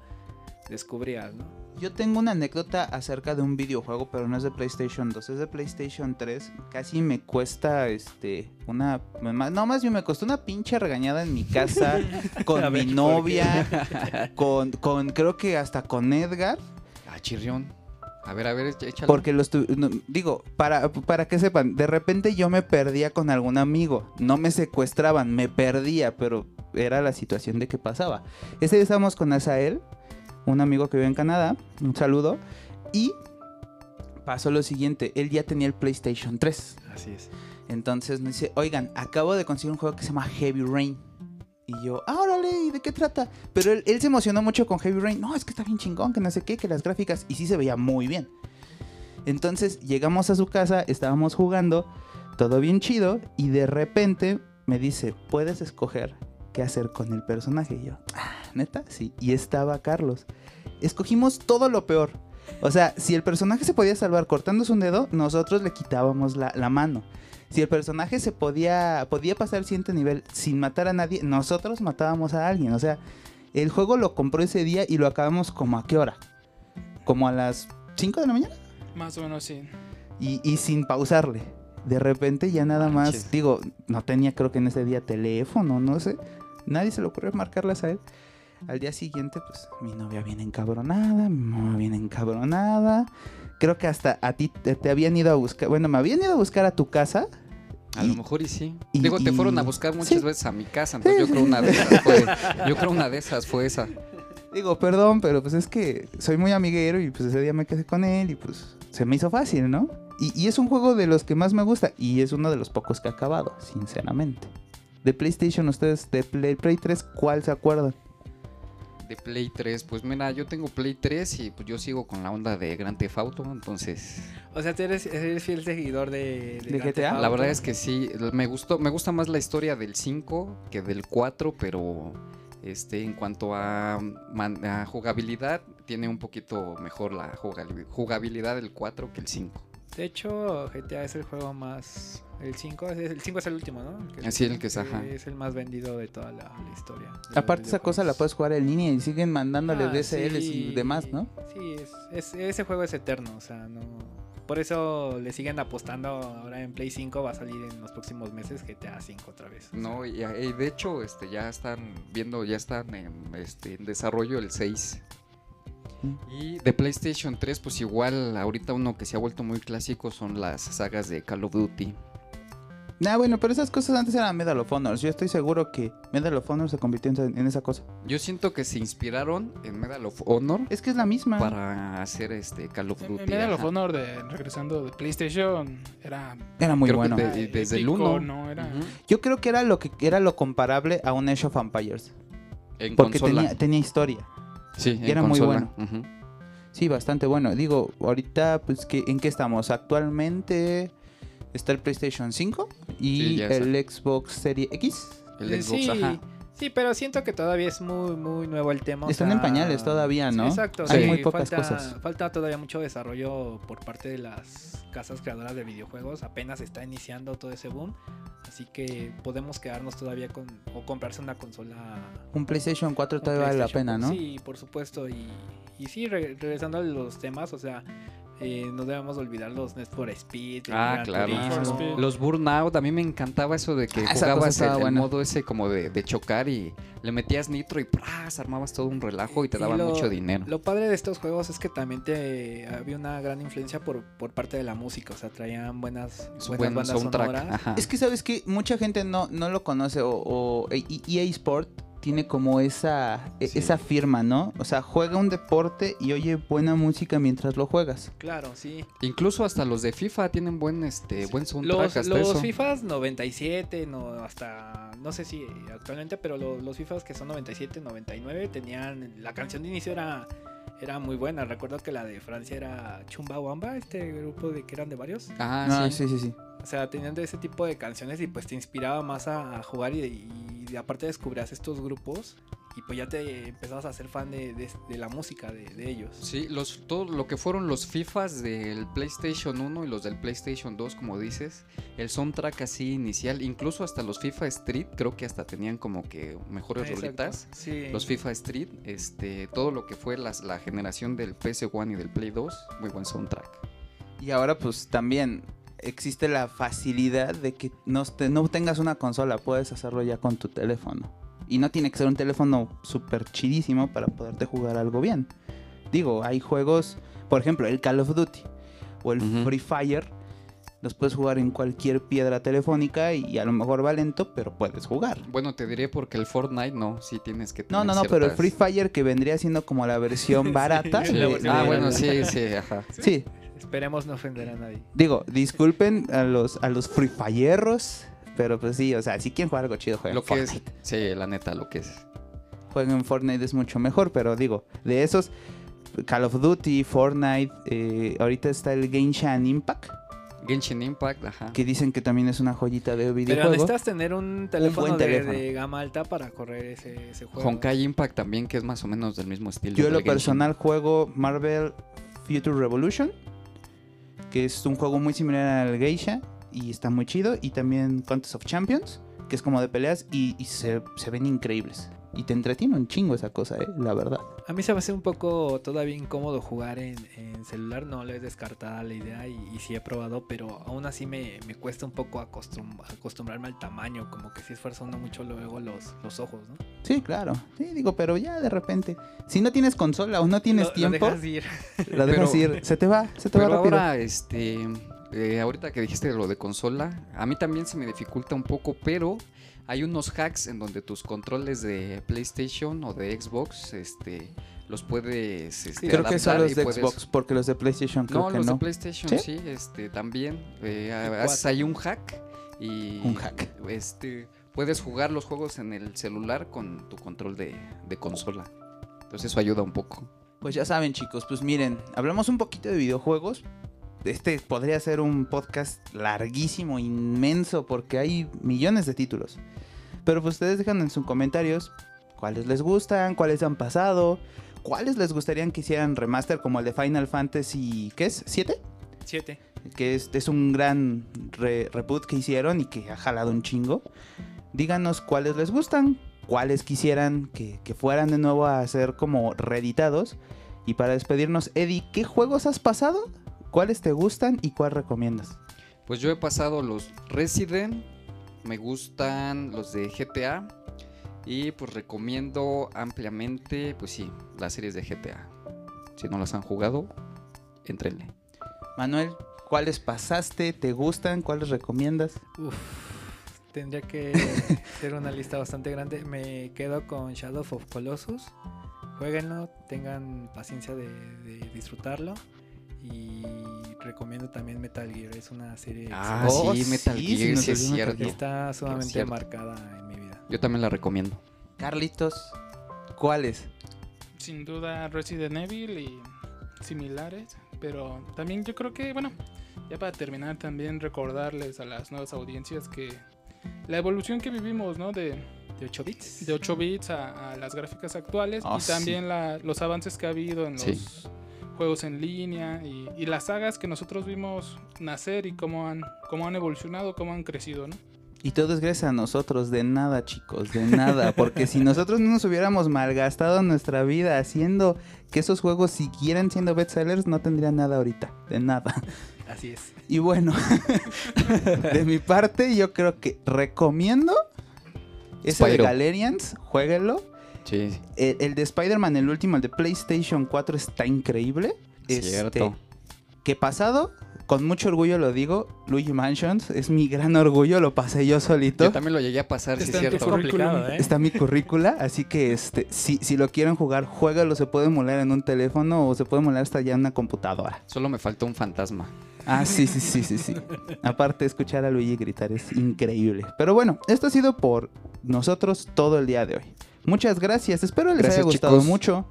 Speaker 4: descubrías, ¿no?
Speaker 1: Yo tengo una anécdota acerca de un videojuego, pero no es de PlayStation 2, es de PlayStation 3. Casi me cuesta este una ma- no más bien me costó una pinche regañada en mi casa
Speaker 4: A
Speaker 1: con
Speaker 4: ver,
Speaker 1: mi
Speaker 4: ¿por
Speaker 1: novia, con con creo que hasta con Edgar,
Speaker 3: Ah, chirrión. A ver, a ver, echa- échalo.
Speaker 1: porque los tu- no, digo, para para que sepan, de repente yo me perdía con algún amigo, no me secuestraban, me perdía, pero era la situación de que pasaba. Ese día estábamos con Asael, un amigo que vive en Canadá, un saludo, y pasó lo siguiente, él ya tenía el PlayStation 3,
Speaker 4: Así es.
Speaker 1: entonces nos dice, oigan, acabo de conseguir un juego que se llama Heavy Rain. Y yo, ah, órale, ¿y de qué trata? Pero él, él se emocionó mucho con Heavy Rain. No, es que está bien chingón, que no sé qué, que las gráficas. Y sí se veía muy bien. Entonces llegamos a su casa, estábamos jugando, todo bien chido. Y de repente me dice, puedes escoger qué hacer con el personaje. Y yo, ah, neta, sí. Y estaba Carlos. Escogimos todo lo peor. O sea, si el personaje se podía salvar cortándose un dedo, nosotros le quitábamos la, la mano. Si el personaje se podía, podía pasar al siguiente nivel sin matar a nadie, nosotros matábamos a alguien. O sea, el juego lo compró ese día y lo acabamos como a qué hora? Como a las 5 de la mañana.
Speaker 2: Más o menos sí.
Speaker 1: Y, y sin pausarle. De repente ya nada más,
Speaker 3: Manches.
Speaker 1: digo, no tenía creo que en ese día teléfono, no sé. Nadie se le ocurrió marcarlas a él. Al día siguiente, pues mi novia viene encabronada, mi mamá viene encabronada. Creo que hasta a ti te, te habían ido a buscar, bueno, me habían ido a buscar a tu casa.
Speaker 3: A lo mejor y sí.
Speaker 1: y-
Speaker 3: Digo, te
Speaker 1: y-
Speaker 3: fueron a buscar muchas
Speaker 1: sí.
Speaker 3: veces a mi casa, entonces yo creo una de esas fue. Yo creo una de esas fue esa.
Speaker 1: Digo, perdón, pero pues es que soy muy amiguero y pues ese día me quedé con él y pues se me hizo fácil, ¿no? Y, y es un juego de los que más me gusta y es uno de los pocos que he acabado, sinceramente. De PlayStation, ustedes, de Play, Play 3, ¿cuál se acuerdan?
Speaker 3: De Play 3, pues mira, yo tengo Play 3 y pues yo sigo con la onda de Grand Theft Auto, entonces
Speaker 4: O sea, tú eres, eres fiel seguidor de,
Speaker 1: ¿De
Speaker 4: Grand
Speaker 1: GTA?
Speaker 4: Theft Auto.
Speaker 3: la verdad es que sí, me gustó, me gusta más la historia del 5 que del 4, pero este en cuanto a, man- a jugabilidad tiene un poquito mejor la jugali- jugabilidad del 4 que el 5.
Speaker 4: De hecho, GTA es el juego más. El 5 es, el 5 es el último, ¿no? El
Speaker 3: Ah, sí, el que es, ajá.
Speaker 4: Es el más vendido de toda la, la historia. de los
Speaker 1: Aparte esa cosa la
Speaker 4: videojuegos.
Speaker 1: puedes jugar en línea y siguen mandándole
Speaker 4: Ah,
Speaker 1: DSLs y
Speaker 4: sí.
Speaker 1: demás, ¿no?
Speaker 4: Sí, es, es- ese juego es eterno, o sea, no. Por eso le siguen apostando ahora en Play 5, va a salir en los próximos meses GTA 5 otra vez. o sea.
Speaker 3: No, y, y de hecho, este, ya están viendo, ya están en, este, en desarrollo el 6.
Speaker 1: Mm.
Speaker 3: Y de PlayStation 3, pues igual, ahorita uno que se ha vuelto muy clásico son las sagas de Call of Duty.
Speaker 1: Nah, bueno, pero esas cosas antes eran Medal of Honor. Yo estoy seguro que Medal of Honor se convirtió en, en esa cosa.
Speaker 3: Yo siento que se inspiraron en Medal of Honor
Speaker 1: Es que es la misma.
Speaker 3: para hacer este Call of
Speaker 2: En-
Speaker 3: Duty.
Speaker 2: En Medal of
Speaker 3: ajá.
Speaker 2: Honor, de, regresando de PlayStation, era.
Speaker 1: Era muy
Speaker 3: Creo que
Speaker 1: bueno.
Speaker 3: de-
Speaker 2: era
Speaker 3: desde el
Speaker 2: épico,
Speaker 3: uno.
Speaker 2: ¿no? Era-
Speaker 3: Ujú.
Speaker 1: Yo creo que era lo que era lo comparable a un Age of Empires.
Speaker 3: En
Speaker 1: Porque
Speaker 3: consola.
Speaker 1: tenía, tenía historia.
Speaker 3: Sí, en
Speaker 1: era muy
Speaker 3: consola, ujú.
Speaker 1: Sí, bastante bueno. Digo, ahorita, pues, ¿qué- ¿en qué estamos? Actualmente está el PlayStation 5
Speaker 3: Sí,
Speaker 1: y
Speaker 3: ya
Speaker 1: el Xbox Series X.
Speaker 3: El
Speaker 4: Eh,
Speaker 3: Xbox,
Speaker 4: sí,
Speaker 3: ajá.
Speaker 4: sí, pero siento que todavía es muy, muy nuevo el tema. o
Speaker 1: Están en
Speaker 4: sea,
Speaker 1: pañales todavía, ¿no?
Speaker 4: Exacto.
Speaker 1: Hay
Speaker 4: sí,
Speaker 1: muy pocas
Speaker 4: falta,
Speaker 1: cosas.
Speaker 4: Falta todavía mucho desarrollo por parte de las casas creadoras de videojuegos. Apenas está iniciando todo ese boom. Así que podemos quedarnos todavía con. o comprarse una consola
Speaker 1: Un PlayStation 4
Speaker 4: un
Speaker 1: todavía vale la
Speaker 4: PlayStation
Speaker 1: pena,
Speaker 4: Pro.
Speaker 1: ¿no?
Speaker 4: Sí, por supuesto. Y, y sí, re- regresando a los temas, o sea, eh, no debemos olvidar los Net for Speed. el
Speaker 3: Ah,
Speaker 4: Gran
Speaker 3: claro.
Speaker 4: Turismo.
Speaker 2: Need for Speed.
Speaker 3: Los Burnout, a mí me encantaba eso de que
Speaker 1: Ah, esa cosa
Speaker 3: jugabas
Speaker 1: estaba
Speaker 3: el, el
Speaker 1: buena.
Speaker 3: modo ese como de, de chocar y le metías nitro y ¡pras! armabas todo un relajo y te
Speaker 4: Y
Speaker 3: daban
Speaker 4: lo-
Speaker 3: mucho dinero.
Speaker 4: Lo padre de estos juegos es que también te había una gran influencia por, por parte de la música, o sea, traían buenas,
Speaker 3: Es un
Speaker 4: buenas
Speaker 3: buen
Speaker 4: bandas
Speaker 3: soundtrack.
Speaker 4: sonoras.
Speaker 3: ajá.
Speaker 1: Es que sabes que mucha gente no, no lo conoce o, o e- EA Sport tiene como esa, e-
Speaker 3: Sí.
Speaker 1: esa firma, ¿no? O sea, juega un deporte y oye buena música mientras lo juegas.
Speaker 4: Claro, sí.
Speaker 3: Incluso hasta los de FIFA tienen buen este buen soundtrack
Speaker 4: Los,
Speaker 3: hasta
Speaker 4: los
Speaker 3: eso.
Speaker 4: FIFAs 97, no, hasta, no sé si actualmente, pero lo- los, FIFAs que son 97, 99 tenían, la canción de inicio era, era muy buena, recuerdo que la de Francia era Chumba Wamba, este grupo de que eran de varios,
Speaker 3: Ah,
Speaker 1: no, sí,
Speaker 3: sí.
Speaker 1: sí, sí.
Speaker 4: o sea, tenían de ese tipo de canciones y pues te inspiraba más a, a jugar y, y aparte descubrías estos grupos y pues ya te empezabas a ser fan de, de- de la música de, de ellos.
Speaker 3: Sí, los, todo lo que fueron los FIFAs del PlayStation 1 y los del PlayStation 2, como dices, el soundtrack así inicial, incluso hasta los FIFA Street, creo que hasta tenían como que mejores
Speaker 4: Exacto.
Speaker 3: roletas.
Speaker 4: Sí.
Speaker 3: Los FIFA Street, este, todo lo que fue las- la generación del PS1 y del Play 2, muy buen soundtrack.
Speaker 1: Y ahora pues también existe la facilidad de que no, te- no tengas una consola, puedes hacerlo ya con tu teléfono. Y no tiene que ser un teléfono súper chidísimo para poderte jugar algo bien. Digo, hay juegos, por ejemplo, el Call of Duty o el
Speaker 3: Ujú.
Speaker 1: Free Fire. Los puedes jugar en cualquier piedra telefónica y a lo mejor va lento, pero puedes jugar.
Speaker 3: Bueno, te diré porque el Fortnite no, sí tienes que
Speaker 1: No,
Speaker 3: tener
Speaker 1: no, no, pero el
Speaker 3: ciertas-
Speaker 1: Free Fire que vendría siendo como la versión barata.
Speaker 4: Sí,
Speaker 1: de-
Speaker 4: la versión
Speaker 3: Ah,
Speaker 1: de-
Speaker 3: bueno, sí, sí, ajá.
Speaker 1: Sí,
Speaker 4: Esperemos no ofender a nadie.
Speaker 1: Digo, disculpen a los, a los Free Fireros, pero pues sí, o sea, si quieren jugar algo chido, jueguen
Speaker 3: Lo que es,
Speaker 1: Fortnite.
Speaker 3: sí, la neta, lo que es.
Speaker 1: Jueguen Fortnite es mucho mejor, pero digo, de esos, Call of Duty, Fortnite, eh, ahorita está el Genshin Impact,
Speaker 3: Genshin Impact, ajá.
Speaker 1: que dicen que también es una joyita de
Speaker 4: Pero
Speaker 1: videojuego.
Speaker 4: necesitas tener un teléfono,
Speaker 1: buen
Speaker 4: de-
Speaker 1: teléfono.
Speaker 4: De, gama alta para correr ese, ese juego.
Speaker 3: Honkai Impact también, que es más o menos del mismo estilo.
Speaker 1: Yo en
Speaker 3: del
Speaker 1: lo
Speaker 3: Genshin.
Speaker 1: personal juego Marvel Future Revolution, que es un juego muy similar al Geisha y está muy chido. Y también Contest of Champions, que es como de peleas y, y se, se ven increíbles. Y te entretiene un chingo esa cosa, eh, la verdad.
Speaker 4: A mí se me hace un poco todavía incómodo jugar en, en celular, no le he descartada la idea y, y sí he probado, pero aún así me, me cuesta un poco acostum- acostumbrarme al tamaño, como que sí esfuerza uno mucho luego los, los ojos, ¿no?
Speaker 1: Sí, claro. Sí, digo, pero ya de repente, si no tienes consola o no tienes
Speaker 4: Lo- lo
Speaker 1: tiempo,
Speaker 4: dejas ir.
Speaker 1: la dejas
Speaker 3: Pero-
Speaker 1: ir. Se te va, se te
Speaker 3: Pero
Speaker 1: va rápido.
Speaker 3: ahora, este, eh, ahorita que dijiste lo de consola, a mí también se me dificulta un poco, pero hay unos hacks en donde tus controles de PlayStation o de Xbox, este, los puedes este,
Speaker 1: Creo que son
Speaker 3: adaptar
Speaker 1: los
Speaker 3: y
Speaker 1: de
Speaker 3: puedes-
Speaker 1: Xbox, porque los de PlayStation creo
Speaker 3: No,
Speaker 1: que
Speaker 3: los
Speaker 1: no.
Speaker 3: de PlayStation,
Speaker 1: ¿Sí?
Speaker 3: sí, este, también. eh, haces ahí un hack y...
Speaker 1: Un hack.
Speaker 3: Este, puedes jugar los juegos en el celular con tu control de, de consola. Entonces eso ayuda un poco.
Speaker 1: Pues ya saben, chicos, pues miren, hablamos un poquito de videojuegos. Este podría ser un podcast larguísimo, inmenso, porque hay millones de títulos. Pero pues ustedes dejan en sus comentarios cuáles les gustan, cuáles han pasado, cuáles les gustarían que hicieran remaster, como el de Final Fantasy, ¿qué es? ¿7?
Speaker 4: Siete.
Speaker 1: que es, es un gran re- reboot que hicieron y que ha jalado un chingo. Díganos cuáles les gustan, cuáles quisieran que, que fueran de nuevo a ser como reeditados. Y para despedirnos, Eddie, ¿qué juegos has pasado? ¿Cuáles te gustan y cuál recomiendas?
Speaker 3: Pues yo he pasado los Resident, me gustan los de GTA y pues recomiendo ampliamente, pues sí, las series de GTA. Si no las han jugado, entrenle.
Speaker 1: Manuel, ¿cuáles pasaste? ¿Te gustan? ¿Cuáles recomiendas?
Speaker 4: Uf, tendría que ser una lista bastante grande. Me quedo con Shadow of Colossus. Jueguenlo, tengan paciencia de, de disfrutarlo. Y recomiendo también Metal Gear, es una serie
Speaker 3: Ah,
Speaker 1: Oh,
Speaker 3: sí, Metal
Speaker 1: sí,
Speaker 3: Gear,
Speaker 1: se
Speaker 3: sí
Speaker 1: nos olvidó Metal
Speaker 3: es
Speaker 4: excelente.
Speaker 3: cierto.
Speaker 1: Gear.
Speaker 4: está sumamente
Speaker 3: cierto.
Speaker 4: marcada en mi vida.
Speaker 3: Yo también la recomiendo.
Speaker 1: Carlitos, ¿cuáles?
Speaker 2: Sin duda Resident Evil y similares, pero también yo creo que, bueno, ya para terminar también recordarles a las nuevas audiencias que la evolución que vivimos, ¿no? De,
Speaker 4: ¿De 8 bits?
Speaker 2: de 8 bits a, a las gráficas actuales
Speaker 1: Ah,
Speaker 2: y también la- los avances que ha habido en los
Speaker 3: Sí.
Speaker 2: juegos en línea y, y las sagas que nosotros vimos nacer y cómo han, cómo han evolucionado, cómo han crecido, ¿no?
Speaker 1: Y todo es gracias a nosotros, de nada chicos, de nada, porque si nosotros no nos hubiéramos malgastado nuestra vida haciendo que esos juegos siguieran siendo bestsellers, no tendría nada ahorita, de nada.
Speaker 4: Así es.
Speaker 1: Y bueno, de mi parte yo creo que recomiendo ese de
Speaker 3: Spyro.
Speaker 1: Galerians, jueguenlo.
Speaker 3: Sí,
Speaker 1: El, Eh, el de Spider-Man, el último, el de PlayStation 4 está increíble. Este,
Speaker 3: cierto.
Speaker 1: que pasado, con mucho orgullo lo digo, Luigi Mansions es mi gran orgullo, lo pasé yo solito.
Speaker 3: Yo también lo llegué a pasar, sí,
Speaker 2: Está
Speaker 3: es
Speaker 2: en tu
Speaker 3: cierto.
Speaker 2: currículum.
Speaker 4: Complicado, ¿eh?
Speaker 1: Está mi currícula, así que este, si, si lo quieren jugar, juégalo, se puede emular en un teléfono o se puede emular hasta ya en una computadora.
Speaker 3: Solo me faltó un fantasma.
Speaker 1: Ah, sí, sí, sí, sí, sí. Aparte, escuchar a Luigi gritar es increíble. Pero bueno, esto ha sido por nosotros todo el día de hoy. Muchas gracias, espero les
Speaker 3: Gracias,
Speaker 1: haya gustado
Speaker 3: chicos.
Speaker 1: mucho.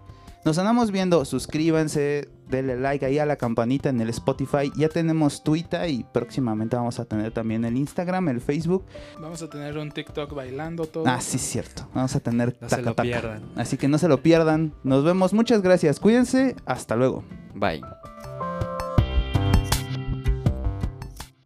Speaker 1: Nos andamos viendo, suscríbanse, denle like ahí a la campanita en el Spotify. Ya tenemos Twitter y próximamente vamos a tener también el Instagram, el Facebook.
Speaker 2: Vamos a tener un TikTok bailando todo.
Speaker 1: Ah, sí, cierto. Vamos a tener
Speaker 4: No se lo
Speaker 1: taca-taca.
Speaker 4: pierdan.
Speaker 1: Así que no se lo pierdan. Nos vemos. Muchas gracias. Cuídense. Hasta luego.
Speaker 3: Bye.